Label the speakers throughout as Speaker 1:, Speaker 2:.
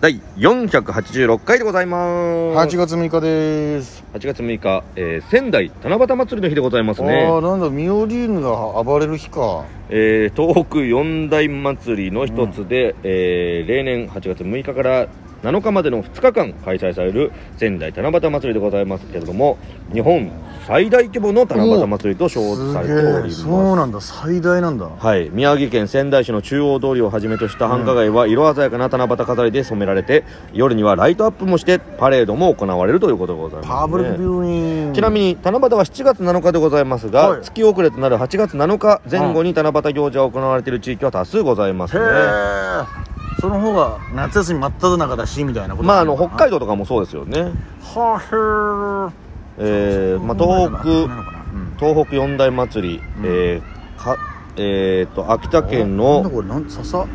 Speaker 1: 第486回でございます
Speaker 2: 8月6日です、
Speaker 1: 8月6日、えー仙台七夕祭りの日でございます
Speaker 2: あ
Speaker 1: ね
Speaker 2: あ、なんだミオリーヌが暴れる日か
Speaker 1: えー東北四大祭りの一つで、えー例年8月6日から7日までの2日間開催される仙台七夕祭りでございますけれども日本最大規模の七夕祭りと称されております
Speaker 2: すげえそうなんだ最大なんだ
Speaker 1: はい、宮城県仙台市の中央通りをはじめとした繁華街は色鮮やかな七夕飾りで染められて、夜にはライトアップもしてパレードも行われるということでございます、ね、
Speaker 2: パブリックビューイング
Speaker 1: ちなみに七夕は7月7日でございますが、
Speaker 2: はい
Speaker 1: 月遅れとなる8月7日前後に七夕行事が行われている地域は多数ございます
Speaker 2: へ
Speaker 1: ね、
Speaker 2: えその方が夏休み真っ只中だしみたいなこと
Speaker 1: まああの北海
Speaker 2: 道
Speaker 1: 道とかもそうですよね、
Speaker 2: はへ
Speaker 1: えーまあ、東北東北四大祭り、
Speaker 2: うん
Speaker 1: えーかえー、と秋田県の
Speaker 2: なんだこれなん笹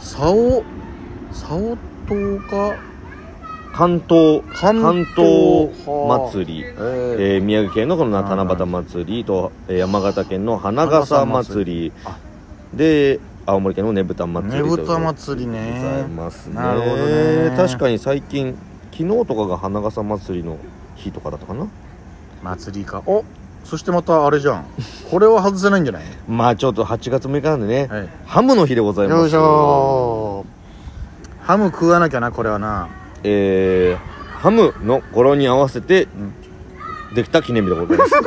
Speaker 2: 竿竿とか
Speaker 1: 関東
Speaker 2: 関
Speaker 1: 関東
Speaker 2: 東
Speaker 1: 祭り、
Speaker 2: えー、
Speaker 1: えー宮城県のこの
Speaker 2: はいはい
Speaker 1: 七夕祭りと、えー山形県の花笠祭り
Speaker 2: 花笠
Speaker 1: で青森県のねぶた祭り
Speaker 2: ね
Speaker 1: というこ
Speaker 2: ぶ
Speaker 1: とで
Speaker 2: た祭りね
Speaker 1: ございますね
Speaker 2: なるほどね
Speaker 1: 確かに最近昨日とかが花笠祭りの日とかだったかな
Speaker 2: 祭りかおそしてまたあれじゃんこれは外せないんじゃない、
Speaker 1: まあちょっと8月6日なんでね、
Speaker 2: はい
Speaker 1: ハムの日でございます
Speaker 2: よいしょーハム食わなきゃなこれはな
Speaker 1: えーハムの語呂に合わせてできた記念日でございます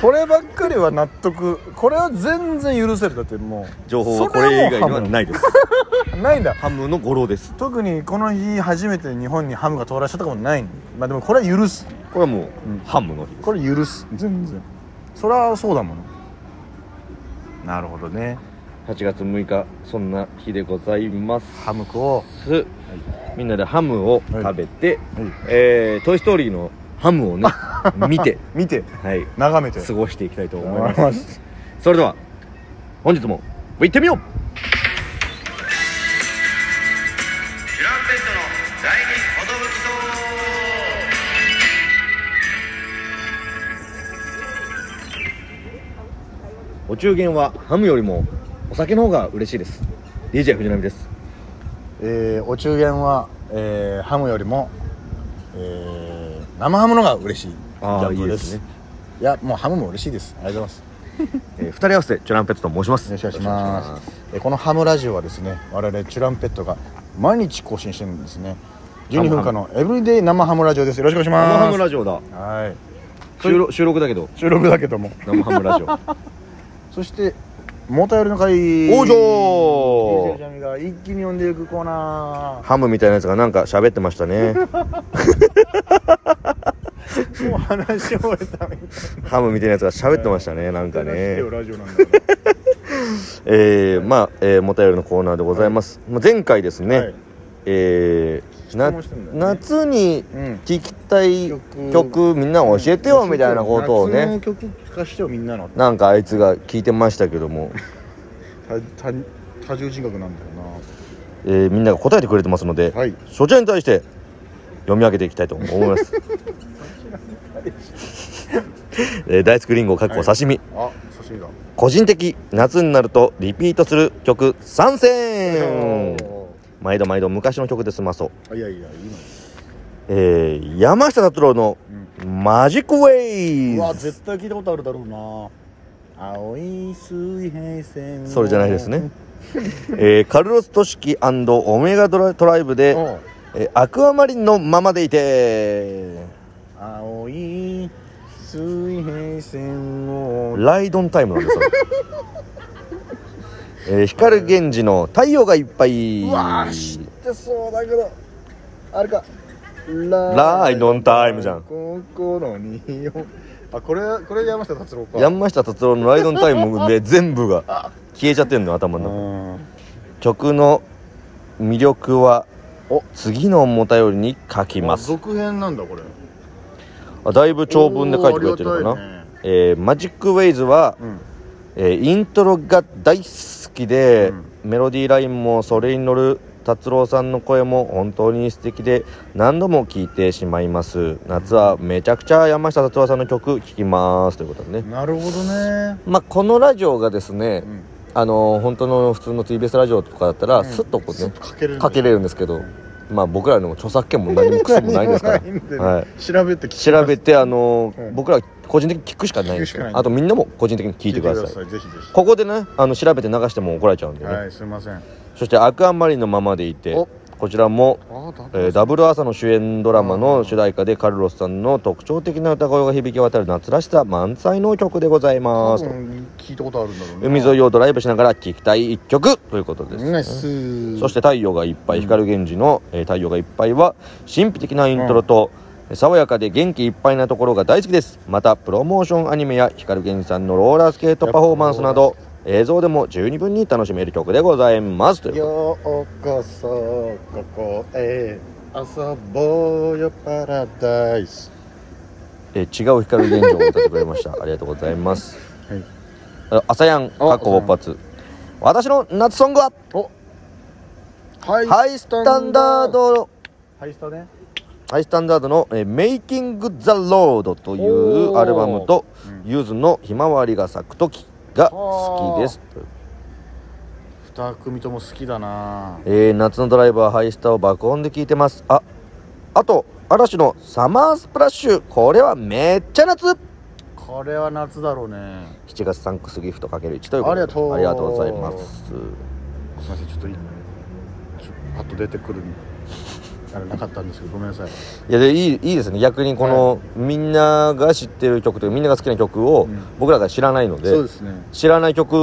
Speaker 2: こればっかりは納得これは全然許せるだってもう
Speaker 1: 情報はこれ以外にはないです
Speaker 2: いないんだ
Speaker 1: ハムの語呂です
Speaker 2: 特にこの日初めて日本にハムが到来したとかもないまあでもこれは許す
Speaker 1: これはもう、
Speaker 2: うん
Speaker 1: ハムの日です
Speaker 2: これ許す全然それはそうだものなるほどね
Speaker 1: 8月6日そんな日でございます、
Speaker 2: ハム食おう
Speaker 1: みんなでハムを食べて、
Speaker 2: はい
Speaker 1: えートイ・ストーリー」のハムを ね見て、
Speaker 2: 見て
Speaker 1: はい、
Speaker 2: 眺めて
Speaker 1: 過ごしていきたいと思い
Speaker 2: 思
Speaker 1: ま
Speaker 2: い
Speaker 1: す
Speaker 2: ます
Speaker 1: それでは本日も行ってみようお中元はハムよりもお酒の方が嬉しいです DJ 藤波です
Speaker 2: えーお中元は、えーハムよりも、えー生ハムのが嬉しいギ
Speaker 1: あ
Speaker 2: ャ
Speaker 1: ー
Speaker 2: ン
Speaker 1: いい
Speaker 2: ブル
Speaker 1: で
Speaker 2: ですす
Speaker 1: ね
Speaker 2: いやもうハムも嬉しいですありがとうございます
Speaker 1: えー、二人合わせてチュランペットと申します
Speaker 2: よろしくお願いしますえーこのハムラジオはですね我々チュランペットが毎日更新してるんですね12分間のエブリデイ生ハムラジオですよろしくお
Speaker 1: 生ハ
Speaker 2: 願い
Speaker 1: ム
Speaker 2: しま
Speaker 1: ラジオだ
Speaker 2: すはい
Speaker 1: 収録収録だけど
Speaker 2: 収録だけども
Speaker 1: 生ハムラジオ
Speaker 2: そしてモーター寄りの会
Speaker 1: おうじょー
Speaker 2: DJ ジャミが一気に呼んでいくコーナ
Speaker 1: ハムみたいなやつがなんか喋ってましたね
Speaker 2: ーもう話し終えたみたい
Speaker 1: ハムみたいなやつが喋ってましたねなんかね
Speaker 2: ラジオなんだから
Speaker 1: えー、まあ、えー、もたよりのコーナーでございます、まあ前回ですね、
Speaker 2: はい
Speaker 1: えーな
Speaker 2: 質問してんだよね
Speaker 1: 夏に
Speaker 2: うん
Speaker 1: 聴きたい
Speaker 2: 曲
Speaker 1: 曲みんな教えてよみたいなことをね
Speaker 2: 夏の曲聞かしてよみんなの
Speaker 1: なんかあいつが聞いてましたけども、
Speaker 2: たた多重人格なんだよな
Speaker 1: えーみんなが答えてくれてますので、
Speaker 2: はい
Speaker 1: そちらに対して読み上げていきたいと思い ます。えー大好きリンゴかっこ刺身、
Speaker 2: あ刺身だ
Speaker 1: 個人的夏になるとリピートする曲参戦毎度毎度昔の曲で済まそう、
Speaker 2: あいやいやいいのよ
Speaker 1: えー山下達郎のマジックウェイ
Speaker 2: うわ
Speaker 1: ズ
Speaker 2: 絶対聞いたことあるだろうな青い水平線
Speaker 1: それじゃないですね、えーカルロス・トシキオメガドラトライブで、
Speaker 2: おう
Speaker 1: えーアクアマリンのままでいて
Speaker 2: 青い水平線を
Speaker 1: ライドンタイムなん ですよ。えー光源氏の太陽がいっぱい。
Speaker 2: うわー知ってそうだけどあれかラ
Speaker 1: ライドンタイムじゃん
Speaker 2: 心によあこれこれ山下達郎か
Speaker 1: 山下達郎のライドンタイムで全部が消えちゃってんの頭の中
Speaker 2: うん
Speaker 1: 曲の魅力は
Speaker 2: お
Speaker 1: 次のお便りに書きます
Speaker 2: 続編なんだこれ
Speaker 1: あだいぶ長文で書いてくれてるかな、
Speaker 2: おーありがたいね
Speaker 1: えーマジックウェイズは、
Speaker 2: うん
Speaker 1: えーイントロが大好きで、
Speaker 2: うん
Speaker 1: メロディーラインもそれに乗る達郎さんの声も本当に素敵で何度も聴いてしまいます夏はめちゃくちゃ山下達郎さんの曲聴きますということでね
Speaker 2: なるほどね
Speaker 1: まあこのラジオがですね、
Speaker 2: うん
Speaker 1: あの本当の普通の TBS ラジオとかだったら、
Speaker 2: うん
Speaker 1: スッとこう
Speaker 2: スッ
Speaker 1: ね
Speaker 2: とかけれるんだ
Speaker 1: かけれるんですけど、まあ、僕らの著作権も何もクソもないですから、
Speaker 2: 何 もないんでね
Speaker 1: はい、
Speaker 2: 調べて聞きます
Speaker 1: 調べてあの、
Speaker 2: うん
Speaker 1: 僕ら個人的に聞くしかないんですけ
Speaker 2: 聞
Speaker 1: ど
Speaker 2: くしかない
Speaker 1: あとみんなも個人的に聞いてください
Speaker 2: ぜひぜひ
Speaker 1: ここでねあの調べて流しても怒られちゃうんでね、
Speaker 2: はいすいませんあ
Speaker 1: そして「アクアマリンのままでいて
Speaker 2: お」
Speaker 1: こちらも、
Speaker 2: ー
Speaker 1: えーダブル朝の主演ドラマの主題歌でカルロスさんの特徴的な歌声が響き渡る夏らしさ満載の曲でござい
Speaker 2: 多
Speaker 1: ます、
Speaker 2: 分聞いたことあるんだろうね
Speaker 1: 海沿いをドライブしながら聴きたい一曲ということです、
Speaker 2: ナイス
Speaker 1: そして「太陽がいっぱい」光源氏の「えー太陽がいっぱい」は神秘的なイントロと、爽やかで元気いっぱいなところが大好きですまたプロモーションアニメや光源氏さんのローラースケートパフォーマンスなど映像でも十二分に楽しめる曲でございますというこ
Speaker 2: ようこそここへ遊ぼうよパラダイス
Speaker 1: とでえー違う光源氏を歌ってくれました ありがとうございます
Speaker 2: はい
Speaker 1: あ朝やん
Speaker 2: お
Speaker 1: 過去勃発私の夏ソングは
Speaker 2: おハ
Speaker 1: ハイスタンダード
Speaker 2: ハイスタね
Speaker 1: ハイスタンダードの「えー Making the Road」という
Speaker 2: おー
Speaker 1: アルバムと
Speaker 2: うん
Speaker 1: ゆずの「ひまわりが咲く時」が好きです、
Speaker 2: 二組とも好きだな
Speaker 1: えー夏のドライバーハイスタを爆音で聴いてますああと嵐の「サマースプラッシュ」これはめっちゃ夏
Speaker 2: これは夏だろうね
Speaker 1: 7月サンクスギフトかける1ということで
Speaker 2: ありがとう
Speaker 1: ありがとうございます
Speaker 2: すいませんちょっといちょパッと出てくるあれなかったんですけどごめんなさい
Speaker 1: いやでいいいいですね逆にこの、みんなが知ってる曲というかみんなが好きな曲を、
Speaker 2: うん
Speaker 1: 僕らが知らないので
Speaker 2: そうですね
Speaker 1: 知らない曲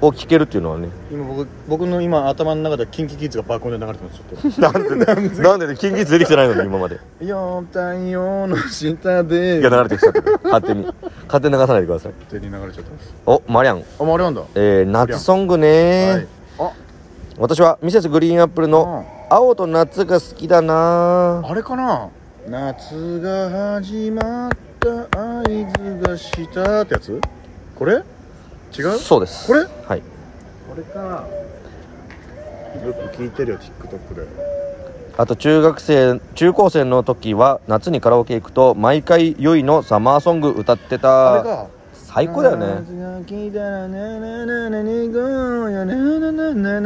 Speaker 1: を聴けるっていうのはね
Speaker 2: 今僕僕の今頭の中でキンキキッズが爆音で流れてますちょっと
Speaker 1: なんでなんでなんで近日出てきてないのに今まで
Speaker 2: 四太陽の下で
Speaker 1: いや流れてきちゃった勝手に勝手に流さないでください
Speaker 2: 手に流れちゃったんです
Speaker 1: おマリアン、
Speaker 2: あもうあれなんだ、
Speaker 1: えー、夏ソングね、
Speaker 2: はいあ
Speaker 1: 私はミセスグリーンアップルの「青と夏が好きだな
Speaker 2: あれかな夏が始まった合図がしたってやつこれ違う」
Speaker 1: そうです
Speaker 2: これ
Speaker 1: はい
Speaker 2: これかよく聞いてるよ TikTok で
Speaker 1: あと中学生中高生の時は夏にカラオケ行くと毎回ゆいのサマーソング歌って
Speaker 2: あれ
Speaker 1: た
Speaker 2: か
Speaker 1: 最高だよね
Speaker 2: 夏が来たらななななに行こうよなななな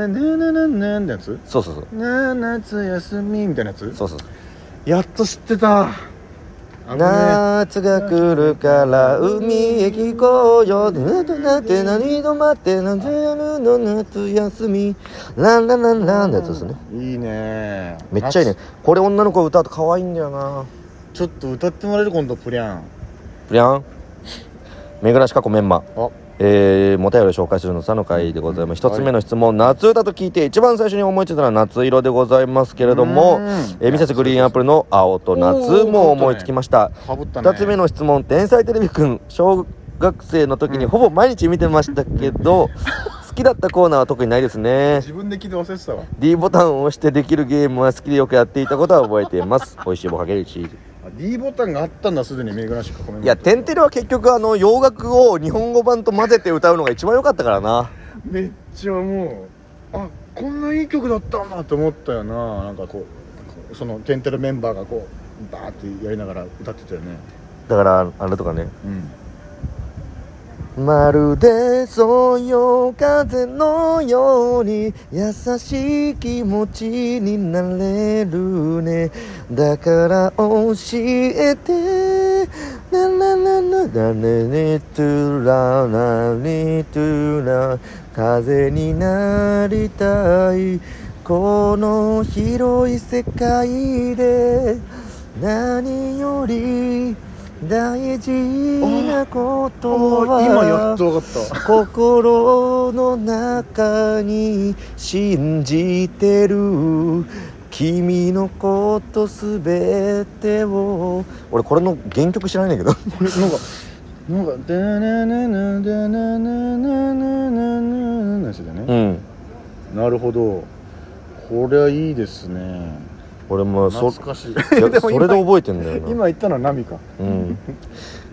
Speaker 2: ななななってやつ
Speaker 1: そうそうそう
Speaker 2: な夏休みみたいなやつ
Speaker 1: そうそうそ
Speaker 2: やっと知ってたあ
Speaker 1: う
Speaker 2: ぶね
Speaker 1: 夏が来るから海へ行こうよなとなって何度待って何でやるの夏休みランランランランのやつですね
Speaker 2: いいね
Speaker 1: めっちゃいいねこれ女の子が歌うと可愛いんだよな
Speaker 2: 夏ちょっと歌ってもらえる今度プリャン
Speaker 1: プリャンめぐらし過去メンマ
Speaker 2: あ
Speaker 1: えー、もたより紹介するのさの回でございます
Speaker 2: う
Speaker 1: 一
Speaker 2: ん
Speaker 1: つ目の質問、夏歌と聞いて一番最初に思いついたのは夏色でございますけれども
Speaker 2: うん
Speaker 1: えーミセスグリーンアップルの「青と夏」も思いつきました
Speaker 2: かぶったね
Speaker 1: 二つ目の質問「天才テレビくん」小学生の時にほぼ毎日見てましたけ ど好きだったコーナーは特にないですね
Speaker 2: 自分で聞いて忘れてたわ
Speaker 1: D ボタンを押してできるゲームは好きでよくやっていたことは覚えています美味しい棒かける1
Speaker 2: あ D ボタンがあったんだすでにメグラシックコメント
Speaker 1: いや「天てれ」は結局あの洋楽を日本語版と混ぜて歌うのが一番良かったからな
Speaker 2: めっちゃもうあこんないい曲だったんだと思ったよななんかこうそのテンテルメンバーがこうバーってやりながら歌ってたよね
Speaker 1: だからあれとかね
Speaker 2: うん
Speaker 1: まるでそよ風のように優しい気持ちになれるねだから教えてラララララレレトゥララレトゥラ風になりたいこの広い世界で何より大事なことは
Speaker 2: 今やっと分かった
Speaker 1: 心の中に信じてる君のことすべてを俺これの原曲知らないんだけど
Speaker 2: これなんかなんか「でなななでななななななな」してね、
Speaker 1: ん
Speaker 2: なるほどこれはいいですね
Speaker 1: 俺もそ
Speaker 2: 懐
Speaker 1: い
Speaker 2: かしい
Speaker 1: や
Speaker 2: で
Speaker 1: そ
Speaker 2: も
Speaker 1: れ
Speaker 2: 今
Speaker 1: で覚えてんだよな
Speaker 2: 今言ったのはナミか
Speaker 1: うん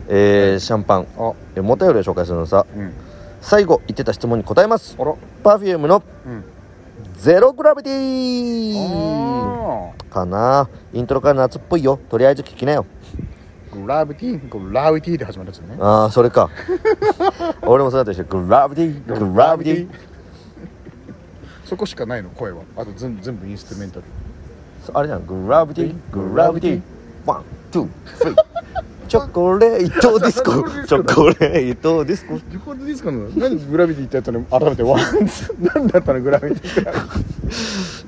Speaker 1: えー、シャンパン
Speaker 2: あ
Speaker 1: えもたよりを紹介するのさ
Speaker 2: うん
Speaker 1: 最後言ってた質問に答えます
Speaker 2: あら
Speaker 1: Perfume の
Speaker 2: うん
Speaker 1: 「ゼログラビティ」
Speaker 2: あ
Speaker 1: かなイントロから夏っぽいよとりあえず聞きなよ
Speaker 2: ーグラビティグラビティで始まるやつ ね
Speaker 1: ああそれか俺もそうだったでしょグラビティグラビティ
Speaker 2: そこしかないの声はあと全全部インストゥメンタル
Speaker 1: あれじゃんグラビティグラビティワンツースリ ーチョコレートディスコチョコレートディス コ
Speaker 2: ジョコルディスコの何グラビティってやったのに改めてワンツー何だったのグラビティ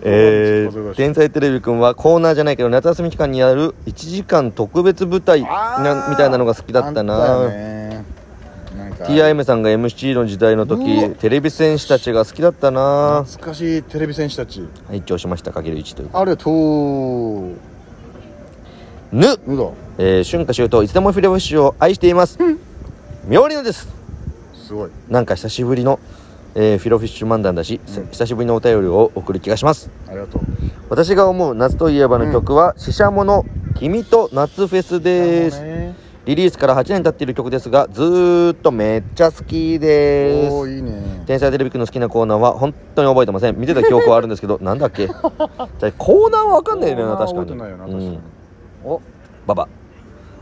Speaker 1: え
Speaker 2: ちょっと
Speaker 1: ー
Speaker 2: 恐れ
Speaker 1: 天才テレビくんはコーナーじゃないけど夏休み期間にある1時間特別舞台なみたいなのが好きだったな
Speaker 2: あんよねなんか
Speaker 1: TIM さんが MC の時代の
Speaker 2: うわ
Speaker 1: 時テレビ戦士たちが好きだったな
Speaker 2: 懐かしいテレビ戦士たち
Speaker 1: 拝聴しましたかける1という
Speaker 2: ありがとう
Speaker 1: ぬ、
Speaker 2: うだ
Speaker 1: えー、春夏秋冬いつでもフィレオッシュを愛しています妙理のです
Speaker 2: すごい
Speaker 1: なんか久しぶりの、えーフィロフィッシュ漫談だし、
Speaker 2: うん
Speaker 1: 久しぶりのお便りを送る気がします
Speaker 2: ありがとう
Speaker 1: 私が思う夏といえばの曲は「ししゃもの君と夏フェス」です、リリースから8年経っている曲ですがずーっとめっちゃ好きで
Speaker 2: おお
Speaker 1: す
Speaker 2: いいね
Speaker 1: 天才テレビくんの好きなコーナーは本当に覚えてません見てた記憶はあるんです けどなんだっけじゃあコーナーは分かんないよな
Speaker 2: こ
Speaker 1: 確
Speaker 2: ん
Speaker 1: かに
Speaker 2: な覚えてないよな
Speaker 1: う
Speaker 2: 確
Speaker 1: ん
Speaker 2: かにお
Speaker 1: ババ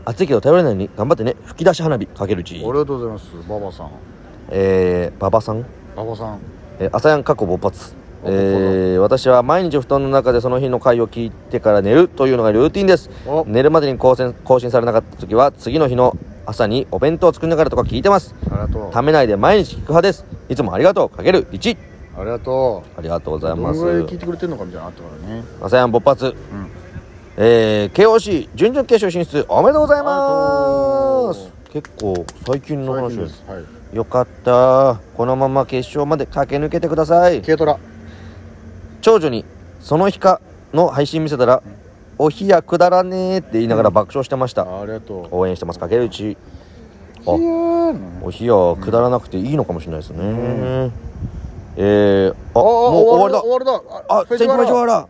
Speaker 1: 暑いけど頼れないように頑張ってね吹き出し花火かけるうち
Speaker 2: ありがとうございますババさん
Speaker 1: えー、ババさん
Speaker 2: ババさん
Speaker 1: えー朝やん過去勃発
Speaker 2: あ
Speaker 1: えー私は毎日布団の中でその日の回を聞いてから寝るというのがルーティンです
Speaker 2: お
Speaker 1: 寝るまでに更新更新されなかった時は次の日の朝にお弁当を作りながらとか聞いてます
Speaker 2: ありがとう
Speaker 1: ためないで毎日聞く派ですいつもありがとうかける1
Speaker 2: ありがとう
Speaker 1: ありがとうござい
Speaker 2: ど
Speaker 1: ま
Speaker 2: の
Speaker 1: す
Speaker 2: ぐらい聞いてくれてんのかみたいなのあったからね
Speaker 1: 朝やん勃発、
Speaker 2: うん
Speaker 1: えー、KOC 準々決勝進出おめでとうございます結構最近の
Speaker 2: 最
Speaker 1: 話
Speaker 2: 近
Speaker 1: で
Speaker 2: ですすはい
Speaker 1: よかったこのまま決勝まで駆け抜けてください
Speaker 2: 軽トラ
Speaker 1: 長女に「その日か」の配信見せたら「お冷やくだらねえ」って言いながら爆笑してました
Speaker 2: ありがとう
Speaker 1: 応援してますかけるうちあ
Speaker 2: いやー
Speaker 1: お冷やくだらなくていいのかもしれないですね、
Speaker 2: ん
Speaker 1: えー、あ
Speaker 2: あ
Speaker 1: もう終わりだ
Speaker 2: 終わりだ
Speaker 1: あ
Speaker 2: フ
Speaker 1: セ
Speaker 2: ェチ
Speaker 1: イ
Speaker 2: バ
Speaker 1: ク
Speaker 2: ラ
Speaker 1: マジュアラ